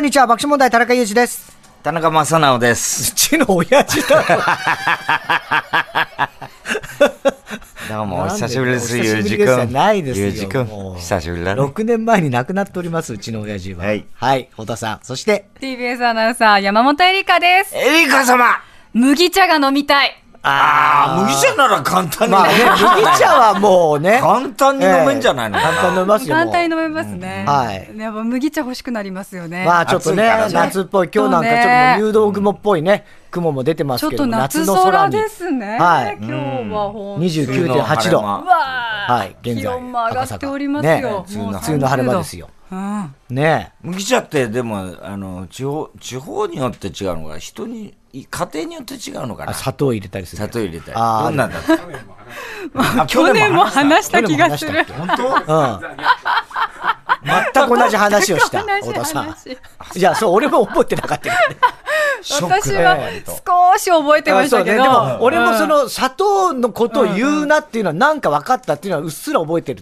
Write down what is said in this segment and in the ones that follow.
にちは、爆笑問題田中裕二です。田中正直です。うちの親父 だろ。どうも、お久しぶりです、なんゆうじお久しぶりですくじゃん。ないですよ。ゆうじくんもう、久しぶりだね。 6年前に亡くなっております、うちの親父は。はいはい、太田さん。そして、 TBS アナウンサー山本恵里香ですエリカ様麦茶が飲みたいあー、麦茶なら簡単にまあね、飲める麦茶はもうね。簡単に飲めんじゃないのええか簡単に飲なめますよ。もう簡単に飲めますね、うんはいやっぱ麦茶欲しくなりますよね、まあちょっとね暑いから、ね夏っぽい、今日なんかちょっともう入道雲っぽいね、雲も出てまちすょっけどとも、夏の空空にですね、はい今日は本当に29.8度。梅雨の晴れ間うわーはい、現在。気温も上がっておりますねよ、梅もう雨の晴れ間ですよ。よ、うんね麦茶って、でも、あの、地方、地方によって違うのか、人に、家庭によって違うのかあな。砂糖入れたりする。砂糖入れたり。あーどんなんだったあ去年も話した去気年もが話すしるたっけうん。全く同じ話をした、太田さん。話いや、そう、俺も覚えてなかったけどね。 私は少し覚えてましたけど、あそうねでも、俺もそうんの砂糖のことを言うなっていうのは、なんか分かったっていうのは、うっすら覚えてる。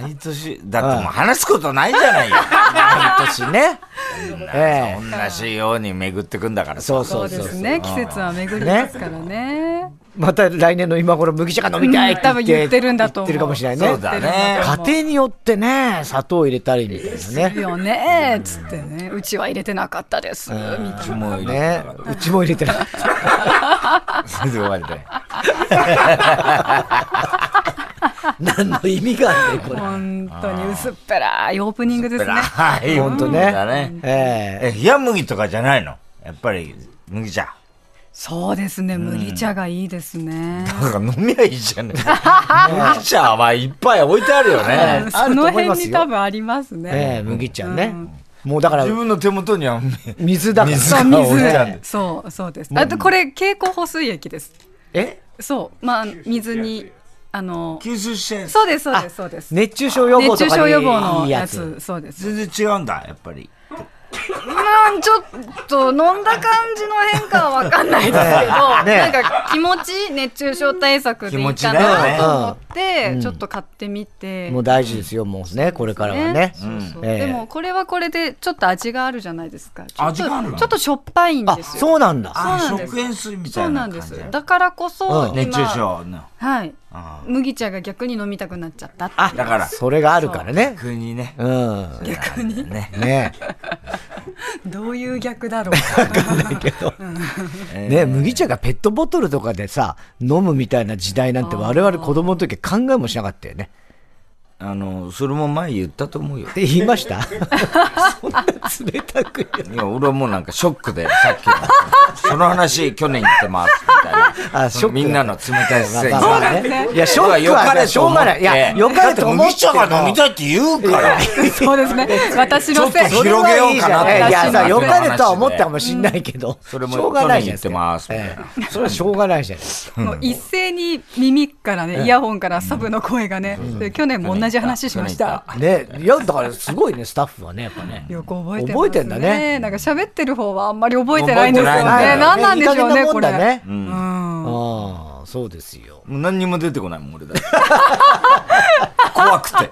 毎年、だってもう話すことないじゃないよ。毎年ね。ええ同じように巡ってくんだからさそうそそううでそうそうす。ね季節は巡りますからねまた来年の今頃麦茶が飲みたいって言って,、うん多分言ってるんだと思う言ってるかもしれないね。そうだね。家庭によってね、砂糖入れたりみたいなですね。よねつってねうちは入れてなかったですみたいなうちも入れてね、うちも入れてなかった。それで終わりだよ。何の意味があるね、これ。本当に薄っぺらいオープニングですねはい、ほんとそねうだね。えええ、冷や麦とかじゃないのやっぱり、麦茶。そうですね麦茶がいいですねなんか飲みゃいいじゃ ない。麦茶はいっぱい置いてあるよえねえ。あそるとの思いま辺すによ多分ありますえねえ麦茶ね。もうだから自、分の手元には、水だから。水 そうあ置いてあ水るそうそうですあとこれ蛍光補水液ですえそうまあ水にあの吸収してんすそうですそうですそうです熱中症予防熱と中か症に予防のいいややつつ。そうです全然違うんだ、やっぱり。まあ、ちょっと飲んだ感じの変化はわかんないですけ ど、ねえなんか気持ち熱中症対策でいいかなと思って、ちょっと買ってみて。もう大事ですよ、もうね、これからはね。そうそうええでもこれはこれでちょっと味があるじゃないですかちょっ味があるとのちょっとしょっぱいんあ、ですよそうなんだ。あそうなんです食塩水みたそういななん感でじすだよ。だからこそ、うん熱中今症の。はいあ麦茶が逆に飲みたくなっちゃったってあ、だからそれがあるからね。逆にね。うん。逆にね。 ねどういう逆だろうね、麦茶がペットボトルとかでさ、飲むみたいな時代なんて我々子供の時は考えもしなかったよ ね。あの、それも前言ったと思うよっ。て言いましたそんな冷たく言ういや、俺はもうなんかショックで、さ っきの。その話、去年言ってます、みたいな。あショックみんなの冷たいせいまあまあねいや、ショックよかはれしょうがない。いや、よかれと思って。麦茶が飲みたいって言うから。そうですね私のせいちょっと広げようかなって。いや、さ、 私よのせいかれとは思ったかもしんないけど、それもしょうがないじゃないです去年言ってますか。ええそれはしょうがないじゃないです か。もう一斉に耳からね、イヤホンからサブの声がね、で去年も同じ話しました。ね、いや、だからすごいね、スタッフはね、やっぱね。よく覚えてますね。覚えてんだねなんか喋ってる方はあんまり覚えてないんですよね。覚えてない何なんでしょういい加減ね、なもこんだれ。ねう。うんん、そうですよ。もう何にも出てこないもん、俺だって。 怖くて。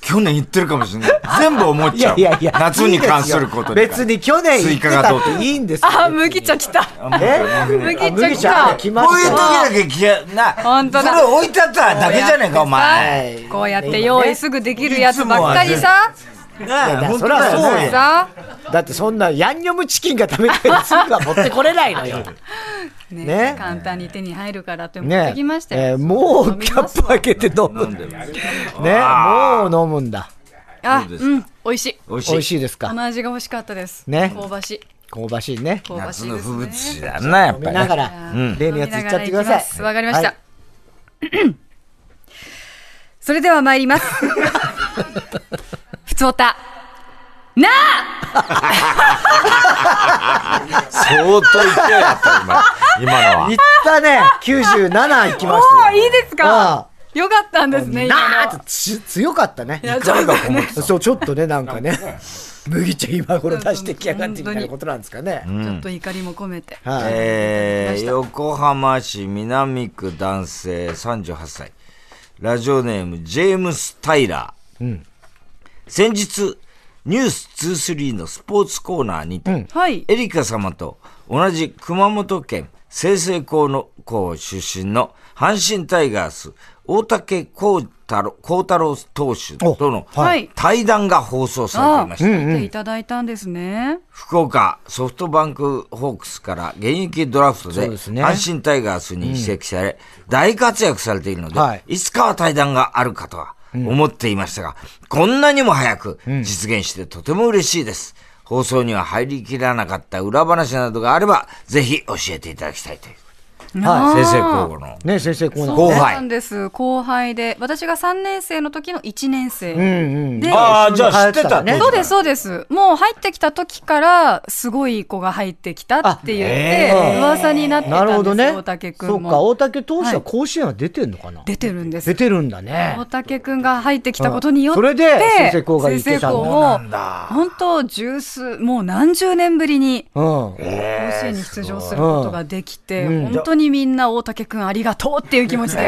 去年言ってるかもしれない。全部思っいちゃやう。いやいや、夏に関することいいですよ別に去年言ってたっていいんですよ。あ、麦茶来た。あもうえ麦茶麦来茶た。来こまういうし時た。だけ消え、な、本当だそれ置いてあっただけじゃねえか、お前。はいこうやって用意すぐできるやつばっかいりつもさ。なあ、や本そり当ゃだよそうねよさ、だってそんなヤンニョムチキンが食べたいすぐは持ってこれないのよ。ねね簡単に手に入るからって持っねてきましたえーよ。もう飲みキャますップ開けて飲む。ねもう飲むんだ。あ、どうですかうん、美味しい。美味しい。美味しいですあか。の味が欲しかったです。ね香ばしい。香ばしいね。香ばし夏いのです風ね物。詩だな、やっ飲ぱみりながね。らう、ん例のやついっちゃってください。わかりました。はい それでは参ります。ふつおた。なあ相当勢いあった、今。今のは。いったね、97いきましおたーいいです あかよかったんですね、よ。今のなーってつ強かったね。やちょっとねそう、ちょっとね、なんかね、麦茶今頃出してきやがってみたいなことなんですかね。ちょっと怒りも込めて。はい。えー、横浜市南区男性38歳。ラジオネーム、ジェームス・タイラー。先日、ニュース23のスポーツコーナーにて、はい。エリカ様と同じ熊本県清成高の校出身の阪神タイガース、大竹幸太郎幸太郎投手とのおはい対談が放送されあていまあ、した。見ていただいたんですね。福岡ソフトバンクホークスから現役ドラフトでそうですね阪神タイガースに移籍され、大活躍されているので、はいい、つかは対談があるかとは思っていましたが、こんなにも早く実現してとても嬉しいです。放送には入りきらなかった裏話などがあれば、ぜひ教えていただきたいという。は先生候補の。ね、先生コーナー。後そう輩なんです。後輩で。私が3年生の時の1年生。で、ああ、じゃあ知ってたねそうです、そうです。もう入ってきた時から、すごい子が入ってきたって言って、噂になってたなるほんどですね。よ、大竹くそんうか、も。大竹投手は甲子園は出てんのかな、出てるんです出。てるんだね大。竹くんが入ってきたことによって、うんそれで先生校が行けたんだ先生校も、本当、十数、もう何十年ぶりに、うん。甲子園に出場することができて、本当にみんな大竹くんありがとうっていう気持ちで、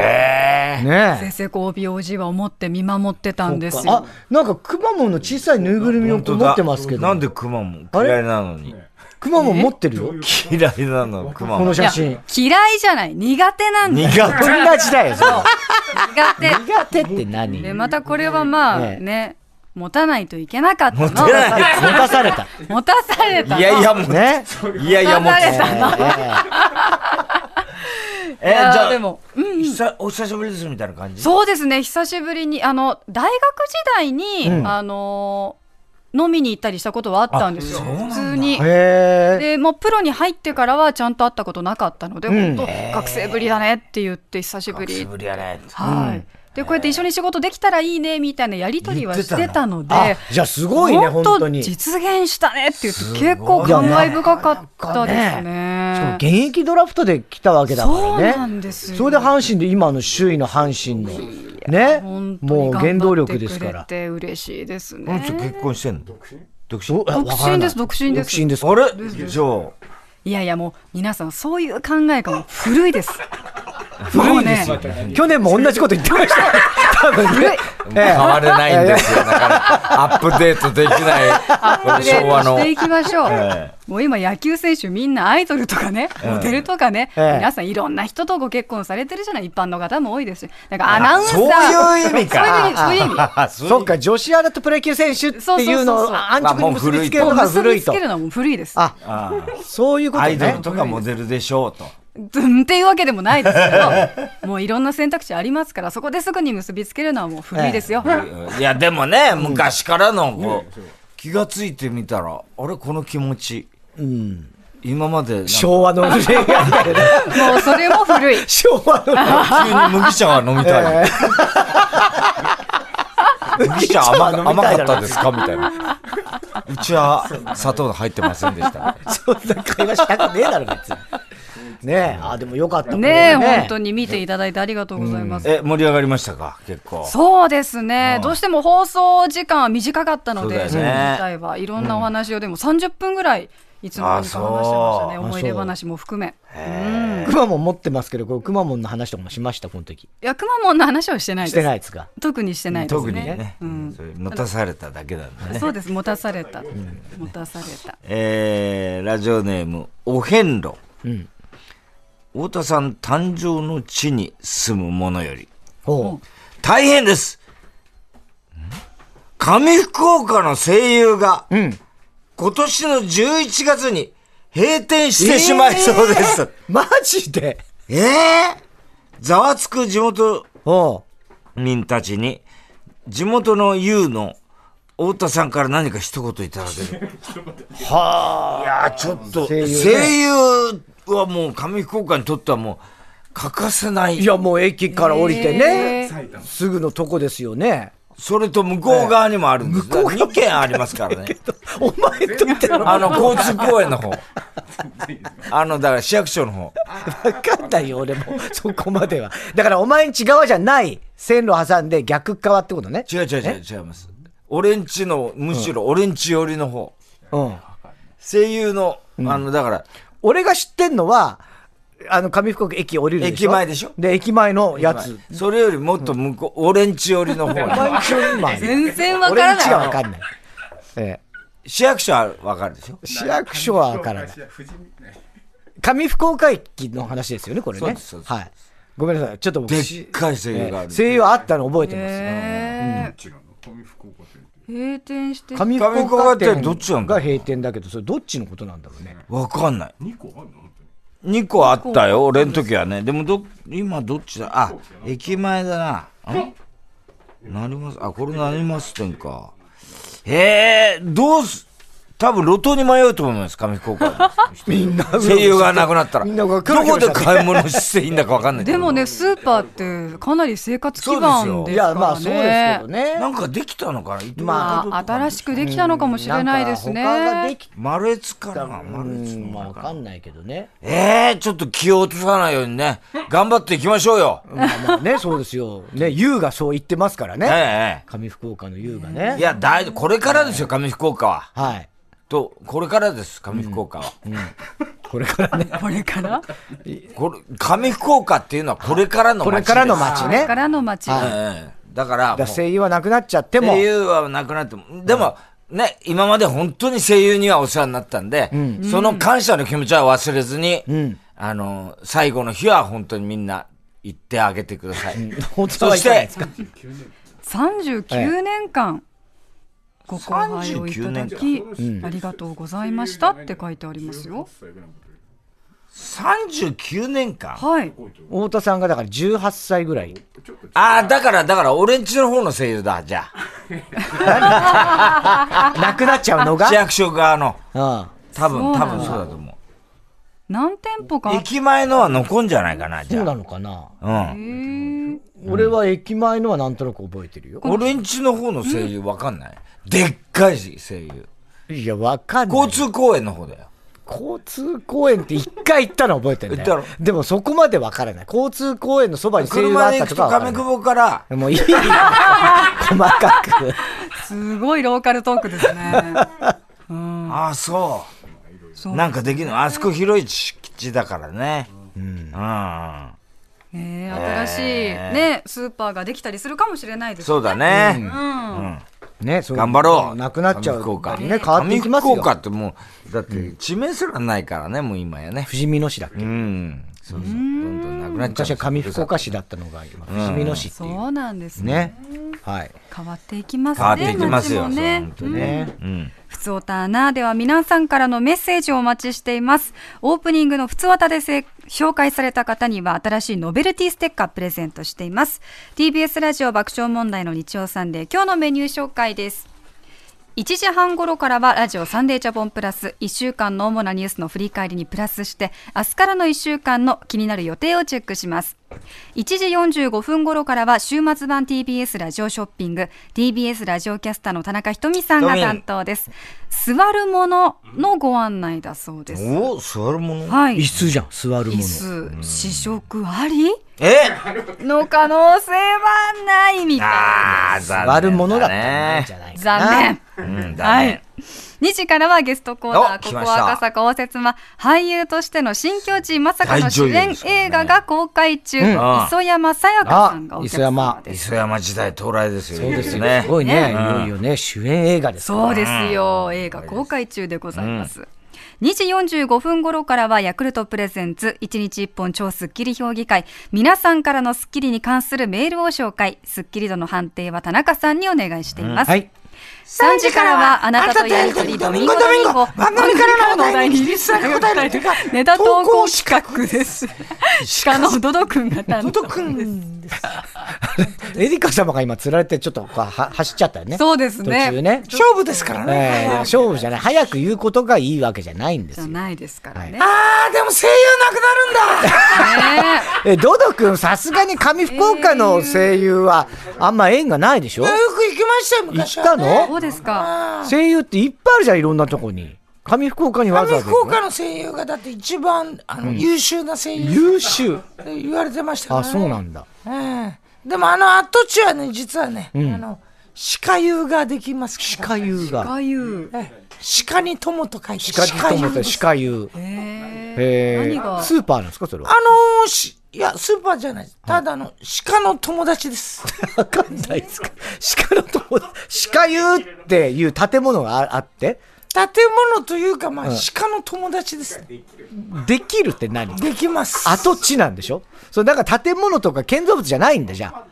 先ねえ。生校 OBOG は思って見守ってたんですあよ。、なんかくまモンの小さいぬいぐるみを持ってますけど。なんで熊も嫌いなのに。くまモン持ってるよ。嫌いなの、熊こもの。写い真や。嫌いじゃない苦手なんだよ 苦手。同じだよ、それ苦手苦手って何で持またこれはまあねね持たないといけなかったの持てないたされた。たされたのいやいや、もう、 ね。いやいや、もう、持たれたえええ、じいやゃあ、でも、うん久お久しぶりですみたいな感じそうですね久しぶりにあの大学時代に、あの飲みに行ったりしたことはあったんですよ普通にへえでもうプロに入ってからはちゃんと会ったことなかったので、ん本当学生ぶりだねって言って久しぶり久しぶりやね。はい、でこうやって一緒に仕事できたらいいねみたいなやり取りはしてたのであ、じゃあすごいね、本当に。し実現したねって言って結構感慨深かったですかもね現。役ドラフトで来たわけだからね。そうなんですよそれで阪神で今の首位の阪神の、ね、本当もにう頑原動張っ力てですかくれら。て嬉しいですこの人ね。結婚してんの独身おあ独わからな身でいす独身です独身です。あれじゃあ、いやいやもう皆さんそういう考えがもう古いです。 古いですよ、去年も同じこと言ってました。 多分ね。ええ変われないんですよ。だから、アップデートできない、で昭和のし。ていきましょうえ。もう今野球選手みんなアイドルとかね、モデルとかね、ええ皆さんいろんな人とご結婚されてるじゃない、一般の方も多いですし、なんかアナウンサー、そういう意味か。そ ういう意味そういう意味。あ、そそっか、女子アナとプロ野球選手っていうのそうそうそうをそう安直に結びつけるのが結古びいつとけ。るのはもう古いです。あ、そういうことアイドねル。とかモデルでしょうと。うんっていうわけでもないですけど、 もういろんな選択肢ありますから、そこですぐに結びつけるのはもう古いですよ。いや、でもね、昔からの、こう、気がついてみたら、あれ、この気持ち。今まで、なんか急に昭和の古い。もうそれも 古い。昭和の麦茶は飲み たい。麦茶甘か甘かったですかみたいな。うちは砂糖が入ってませんでした。そんな会話したくねえだろ、別に。ねえ、あ、でもよかった。ねえ、これ本当に見ていただいてありがとうございます。え、盛り上がりましたか結構。そうですね、どうしても放送時間は短かったので、そうだよね今回はいろんなお話を、でも30分ぐらい、いつもよりか話してましたね、あそう思い出話も含め。くまモン持ってますけど、これくまモンの話とかもしました、この時。いや、くまモンの話はしてないしでてす。ないですか。特にしてないですね。特にねう、んそれ持たされただけなんだね。 そうです、持たされた。持たされた。えー、ラジオネーム、お遍路。ん太田さん誕生の地に住む者より、ほ大変です上福岡の声優が、今年の11月に閉店してしまいそうです。う。マジでえー、ざわつく地元おう民たちに、地元の U の太田さんから何か一言いただける。はあ。いやーちょっと、声声優ね優はもう上福岡にとってはもう欠かせない。いや、もう駅から降りてね、すぐのとこですよね。 それと向こう側にもあるんです。向こう2軒ありますから ね。お前とってのあの、交通公園の 方。あの、だから市役所の方。分かんないよ、俺も。 そこまでは。だから、お前んち側じゃない線路挟んで逆側ってことね。違う違う違う違います。俺んちの、むしろ俺んち寄りの方。うん。声優の、あの、だから、俺が知ってんのは、あの、上福岡駅降りるでしょ。駅前でしょで、駅前のやつ。それよりもっと向こう、俺んち寄りの方に。お前んちの今。全然わか俺らんちが分ない。かんない。え市役所はわかるでしょえ市役所はわからない。上福岡駅の話ですよね、これそうねですそう。ですはい。ごめんなさい。ちょっと僕、でしっかい声優があえるえ。声優あったの覚えてまえ違うの富福岡店ってー、閉店してす。上上福福岡岡店店どっちなんだが閉店だけど、それどっちのことなんだろうね。わかんない。 2個あるの本当に2個あったよ、俺の時はね。でもど、今どっちだあ、駅前だな。んなります、あ、これなります店か。へえ、どうす、多分路頭に迷うと思います、上福岡。みんな、声優がなくなったら。みんなどがキョロキョロこしでたね買い物していいんだかわかんない。でもね、スーパーってかなり生活基盤そういですかや、らね。まあそうですけどね。なんかできたのかな伊藤ままあ、新しくできたのかもしれないですね。なんか他ができ丸越かなう丸越ん、のまあ丸わかかなんないけどね。ええちょっと気を落とさないようにね、頑張っていきましょうよ。まあまあね、そうですよ。ね、優がそう言ってますからね。え上福岡の優がえね。いや、だいこれからですよ、上福岡は。はい。と、これからです、上福岡は。これからね。これからこれ上福岡っていうのはこれからの街こでれす。からの こ街れね。かだからの街。ええだから、もうら声声優はなくなっちゃっても。優はなくなっても、でも、ね、今まで本当に声優にはお世話になったんで、その感謝の気持ちは忘れずに、あの、最後の日は本当にみんな行ってあげてください。本当そはしいかないてですか、 39年間、ご後輩をいただき、ありがとうございましたって書いてありますよ。最後のことで39年間はい。太田さんがだから18歳ぐらい。ああ、だから、だから、俺んちの方の声優だ、じゃなくなっちゃうのあ。が市。役所側の。うん多分、そう多なんだ分そうだと思何店舗かう。あっ駅前のは残んじゃないかな、じそうなゃのかな。あ。うへん。ー俺は駅前のはなんとなく覚えてるよ。俺んちの方の声優わかんないでっかいし、声優。いや、わかんない。交通公園の方だよ。交通公園って一回行ったの覚えてるんだよ行ったでもそこまでわからない。交通公園のそばに声優があ車ったで行とくかとはわから上ないも久保から、ういいよ。細かく。すごいローカルトークですね。ああ、そ。そううなんかできるのあそこ広い敷地だからね。うん。ね新しいね、スーパーができたりするかもしれないですね。そうだね。ね、そう頑張ろう。なくなっちゃう。上福岡。ね、変わっていきます上福よ。岡ってもう、だって地名すらないからね、もう今やね。富士見野市だっけうん。そうそう。どんどんなくなっちゃう。昔は上福岡市だったのが今、富士見野市っていう。そうなんですね。ね。はい。変わっていきますね。変わっていきますよ。街そもうね本。当にね。うん。ふつおたアナでは皆さんからのメッセージをお待ちしています。オープニングのふつおたでせ紹介された方には新しいノベルティステッカープレゼントしています。TBS ラジオ爆笑問題の日曜サンデー、今日のメニュー紹介です。1時半頃からはラジオサンデーチャポンプラス1週間の主なニュースの振り返りにプラスして明日からの1週間の気になる予定をチェックします1時45分頃からは週末版 TBS ラジオショッピング TBS ラジオキャスターの田中ひとみさんが担当です座るもののご案内だそうですおお、座るものはい椅子じゃん、座るも椅の。子試食ありえの可能性はないみたいなああ、残念だ座ねるものだったらいいんじゃないかな。残念うん、だはいね。。 2時からはゲストコーナおー、こ来こました赤坂応接間、俳優としての新境地、まさかの大主女優演ですからね映画が公開中、ん磯山さやかさんがお客様です。磯山時代到来ですよ。そうですねす。ごいね。いうんよいよね、主演映画ですから。そうですよ。映画公開中でございます。2時45分頃からはヤクルトプレゼンツ1日1本超スッキリ評議会皆さんからのスッキリに関するメールを紹介スッキリ度の判定は田中さんにお願いしています、はい。 3時からはあなたとやりとりドミンゴドミンゴ番組からのお題にリスナーが答えないというかネタ投稿資格です鹿のドド君が担当エリカ様が今釣られてちょっとこうは走っちゃったよね。そうですね途中ね。勝負ですからね。えー勝負じゃない。早く言うことがいいわけじゃないんですじゃよ。ないですからね、ああ、でも声優なくなるんだ。え、ドド君、さすがに上福岡の声優は、あんま縁がないでしょよく行きましたよ、行っ昔はたねそのうですか声優っていっぱいあるじゃん、いろんなとこに。上福岡にわざ上わざ福行くの。岡の声優がだって一番あの優秀な声優優秀。言われてましたからあ、ね。そうなんだ。ええでもあの跡地はね、実はね、あの、鹿優ができますか鹿ら優が。あゆ鹿に友と書いて鹿と思ったでらす鹿優。えー、え何がー、スーパーなんですか、それあは。のーしいや、スーパーじゃないです。ただの、鹿の友達です。わかんないですか。鹿の友達、鹿湯っていう建物がああって、建物というか、まあ、鹿の友達です。できるって何できます。跡地なんでしょそれなんか建物とか建造物じゃないんだじゃあ。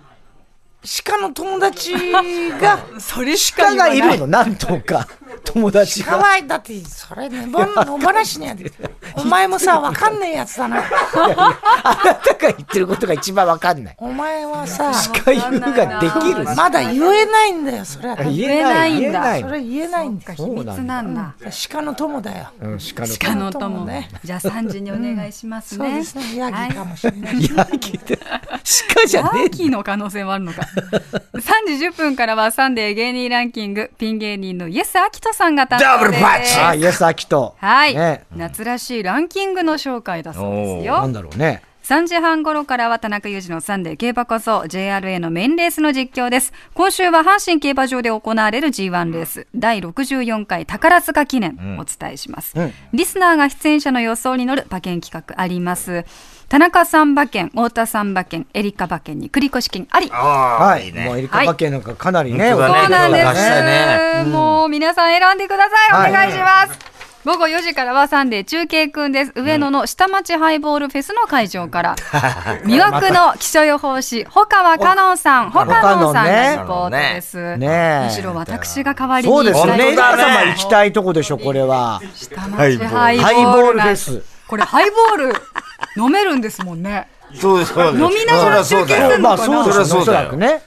鹿の友達が、それし鹿がいるいの、なんとか。友達かが。わいだって、それね、ぼんの話にやで。お前もさ、わかんねえやつだな。あなたが言ってることが一番わかんない。お前はさ、鹿湯ができる。まだ言えないんだよ、それは。言えない言えないえそのれ言えないんだよ。秘密なんだ鹿の友だよ。うん、鹿の鹿の友友ねじゃあ3時にお願いしますそうねですね、ヤギかもしれない。鹿じゃねヤえん だギの可能性もあるのか3時10分からはサンデー芸人ランキングピン芸人のイエス・アキトさんが担当でダブすルパンチあ、イエス・アキト。はい、ね。夏らしいランキングの紹介だそうですよなんだろうね。 3時半頃からは田中裕二のサンデー競馬こそ JRA のメインレースの実況です。今週は阪神競馬場で行われる G1 レース第64回宝塚記念お伝えします、リスナーが出演者の予想に乗る馬券企画あります。田中さん馬券、太田さん馬券、エリカ馬券に繰越金あり。あはあい。もうエリカ馬券なんかかなりね、本当だねそうなんで出したす。もう皆さん選んでください。はいお願いします。午後4時からはサンデー中継くんです。上野の下町ハイボールフェスの会場から、魅惑の気象予報士、ほかわかのんさん、ほかのんさんがリポートです。ねえむしろ私が代わりにそうですよね。本エ当リだカね様行きたいとこでしょ、これは。下町ハイボールハイボールフェス。これハイボール飲めるんですもんね。そうですそうです飲みながら中継するまのあかそうなでそすよね、りゃそおうそだらよくね。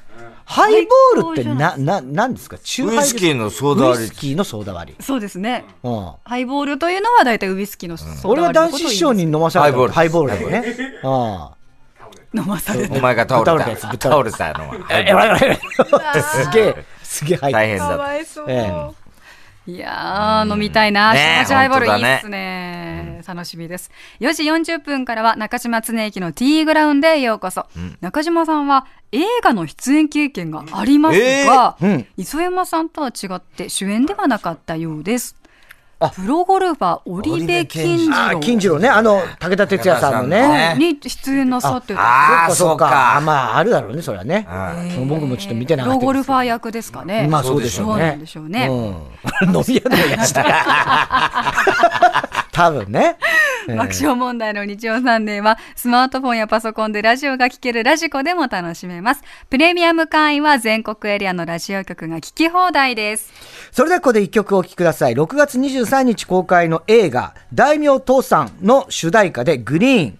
ハイボールってな、な、なんですか中ウイスキーのソーダ割りウイスキーのソーダ割り。そうですね。うん。ハイボールというのは大体ウイスキーのソー俺ダは男割りのこと子を言います師匠に飲まされたのハハイイボボーールルでだすよね。うん。飲まされお前が倒倒れれたたやつぶっ倒れたのえはらいえらいえらいすげえ、すげえ入って大変だかったわいそう。えいやー、飲みたいな。ねえ下町ハイボールい本当だいねっすね。楽しみです。4時40分からは中島恒之の T グラウンドへようこそ。中島さんは映画の出演経験がありますが、磯山さんとは違って主演ではなかったようです。プロゴルファー、織部金次あ郎ー、金次郎ね、あの、武田鉄矢さんのね。ねに出演なさってる。ああそそううか。あかまあ、あるだろうね、それはね。その僕もちょっと見てなプかロったゴけど。ルファー役ですかね。まあ、そうでしそょううなねんで。しょうね。うん。 飲み屋のやつだ から。多分ね。爆笑問題の日曜サンデーはスマートフォンやパソコンでラジオが聴けるラジコでも楽しめます。プレミアム会員は全国エリアのラジオ局が聴き放題です。それではここで一曲お聴きください。6月23日公開の映画、大名父さんの主題歌で、グリーン、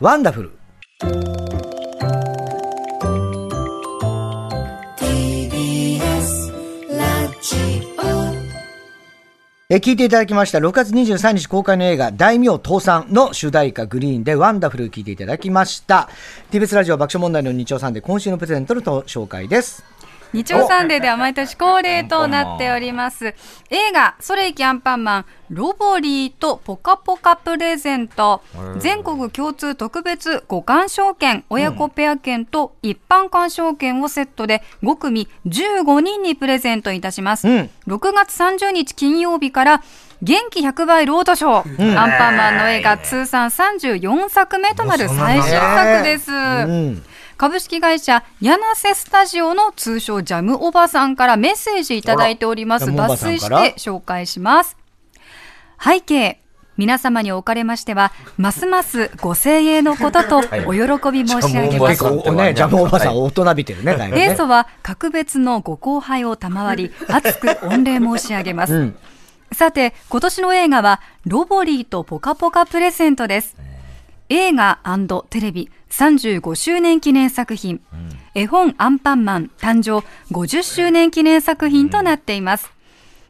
ワンダフル。 TBS ラジオえー聞いていただきました6月23日公開の映画「大名倒産」の主題歌「グリーン」で「ワンダフル」聞いていただきました TBS ラジオ爆笑問題の日曜さんで今週のプレゼントの紹介です日曜サンデーでは毎年恒例となっております。映画、ソレイキアンパンマン、ロボリーとポカポカプレゼント、全国共通特別五冠賞券、親子ペア券と一般鑑賞券をセットで5組15人にプレゼントいたします。うん6月30日金曜日から元気100倍ロードショー、アンパンマンの映画通算34作目となる最新作です。うん株式会社柳瀬スタジオの通称ジャムおばさんからメッセージいただいております。あらジャムお抜ばさん粋しからて紹介します。背景皆様におかれましては、ますますご声援のこととお喜び申し上げます。結構ねジャムおばさん大人びてるねだいぶ平ね素は格別のご後輩を賜 り、熱く御礼申し上げます。さて、今年の映画は、ロボリーとポカポカプレゼントです。映画テレビ35周年記念作品、絵本アンパンマン誕生50周年記念作品となっています。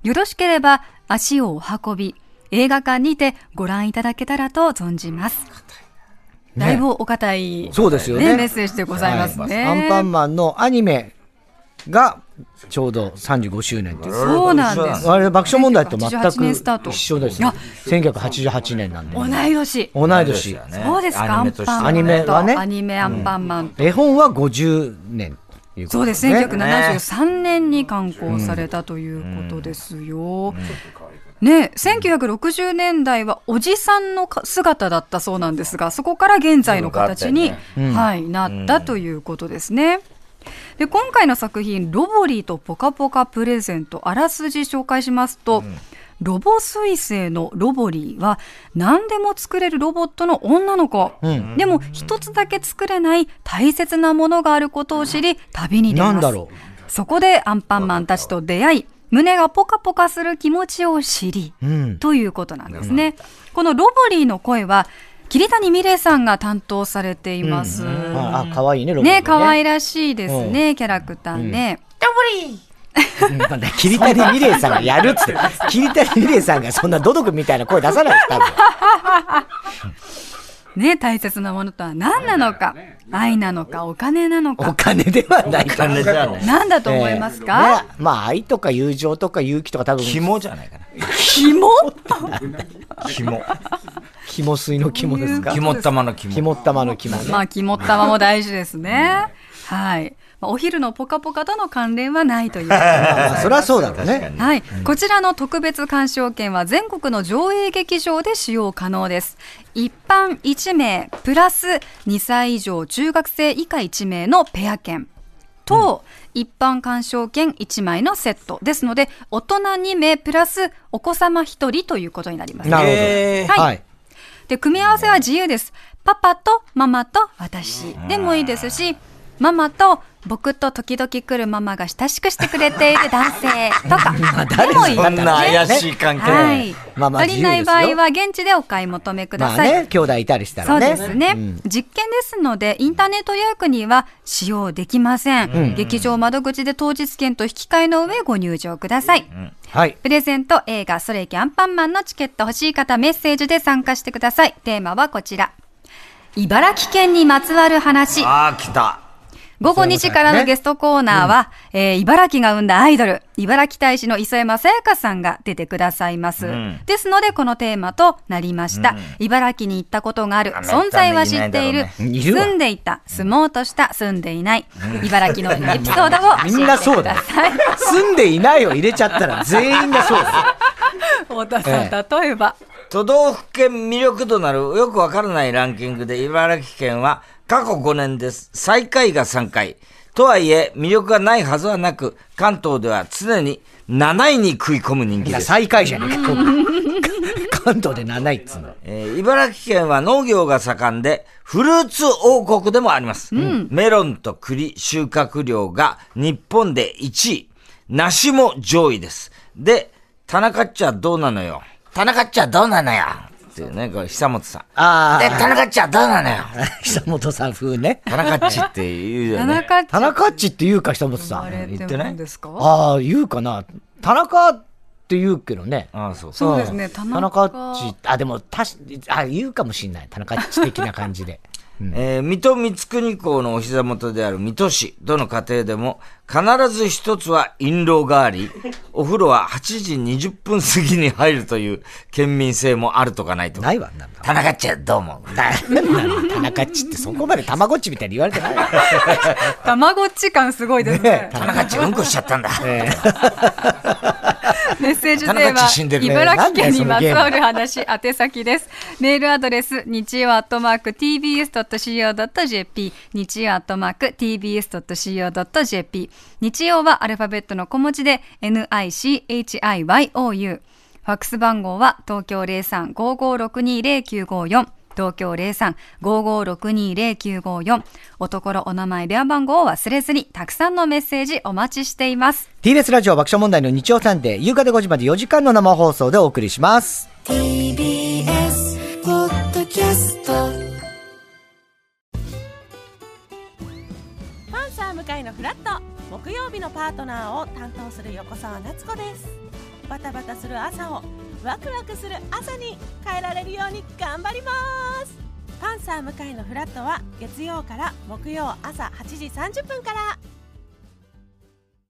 よろしければ足をお運び、映画館にてご覧いただけたらと存じます。だいぶお堅い、そうですよねねメッセージでございますね。アンパンマンのアニメがちょうど35周年っていうそうなんです。あれ爆笑問題と全88年スターくト一緒ですいや1988年なんで同い年。同い年そうですか、アアニンメとしてパンねマン。アニメはねアニメアンパンマン。絵本は50年っていことそうです、ね1973年に刊行されたということですよ。ね、1960年代はおじさんのか姿だったそうなんですが、そこから現在の形に、はい、なったということですね。で今回の作品「ロボリーとポカポカプレゼント」あらすじ紹介しますと、ロボ彗星のロボリーは何でも作れるロボットの女の子、でも一つだけ作れない大切なものがあることを知り旅に出ますなんだろうそこでアンパンマンたちと出会い、胸がポカポカする気持ちを知り、ということなんですね。このロボリーの声は、桐谷美玲さんが担当されています。ああ、可愛いね、ロボットね、可愛らしいですね、キャラクターね。うんまあね桐谷美玲さんがやるっつって。桐谷美玲さんがそんなドドクみたいな声出さないです、多分。ね、大切なものとは何なのか、愛なのか、お金なのおか、金ではないか金じゃない。何だと思いますか、ねまあ、愛とか友情とか勇気とか多分、紐じゃないかな。紐紐。肝水の肝ですか肝玉の肝。肝っ玉の肝ね。まあ、肝っ玉も大事ですね。はい。まあお昼のポカポカとの関連はないということでまあ、そりゃそうだろうね。はい、こちらの特別鑑賞券は全国の上映劇場で使用可能です一般1名プラス2歳以上中学生以下1名のペア券と、一般鑑賞券1枚のセットですので大人2名プラスお子様1人ということになりますなるほど。えはいはい。で組み合わせは自由ですパパとママと私でもいいですしママと僕と時々来るママが親しくしてくれている男性 とかでもー、いいですそんな怪しい関係。はい。まあまあ足りない場合は現地でお買い求めくだまあさい。ね、兄弟いたりしたそらうね。ですね、実験ですので、インターネット予約には使用できません。劇場窓口で当日券と引き換えの上ご入場ください。はい。プレゼント映画「それいけアンパンマン」のチケット欲しい方メッセージで参加してください。テーマはこちら。茨城県にまつわる話。ああ、来た。午後2時からのゲストコーナーは、えー茨城が生んだアイドル、茨城大使の磯山さやかさんが出てくださいます。ですので、このテーマとなりました。茨城に行ったことがある、あんまり存在は知っている、いるわ住んでいた、住もうとした、住んでいない、茨城のエピソードを教えてください。 みんなそうだよ。住んでいないを入れちゃったら全員がそう だ太田さん、例えば。都道府県魅力となるよくわからないランキングで茨城県は過去5年です。最下位が3回。とはいえ魅力がないはずはなく、関東では常に7位に食い込む人気よ。です。最下位じゃ ねえか、今回関東で7位っつうの。えー茨城県は農業が盛んで、フルーツ王国でもあります。メロンと栗収穫量が日本で1位。梨も上位です。で、田中っちゃどうなのよ。田中っちゃどうなのよ。っていうね、これ久本さん。で、あ田中っちゃどうなのよ。あ、久本さん風ね。田中っちって言うよ田ね。中ちゃ田ん、中っちって言うか、久本さあれん。言っっててない何ですかああ、言うかな。田中って言うけどね。ああ、そう。そうですね、田田中中。っち、あ、でも、たし、あ、言うかもしんない。田中っち的な感じ で。えー水戸光圀公のお膝元である水戸市、どの家庭でも、必ず一つは印籠があり、 お風呂は8時20分過ぎに入るという県民性もあるとかないとか。ないわ、なんか。田中っちゃどう 思うだなんだ田中っちってそこまでたまごっちみたいに言われてない。たまごっち感すごいですね。田中っちうんこしちゃったんだ。 メッセージテー田中マっち死んでるね茨城県にまつわる話、宛先です。メールアドレス、日曜アットマーク tbs.co.jp、日曜アットマーク tbs.co.jp、日曜はアルファベットの小文字で、nichiou。ファックス番号は東京03-55620954。東京03-55620954。おところお名前、電話番号を忘れずに、たくさんのメッセージお待ちしています。 TBS ラジオ爆笑問題の日曜サンデー、夕方5時まで4時間の生放送でお送りします。 TBS ポッドキャストパンサー向かいのフラット木曜日のパートナーを担当する横澤夏子ですバタバタする朝をワクワクする朝に変えられるように頑張りますパンサー向かいのフラットは月曜から木曜朝8時30分から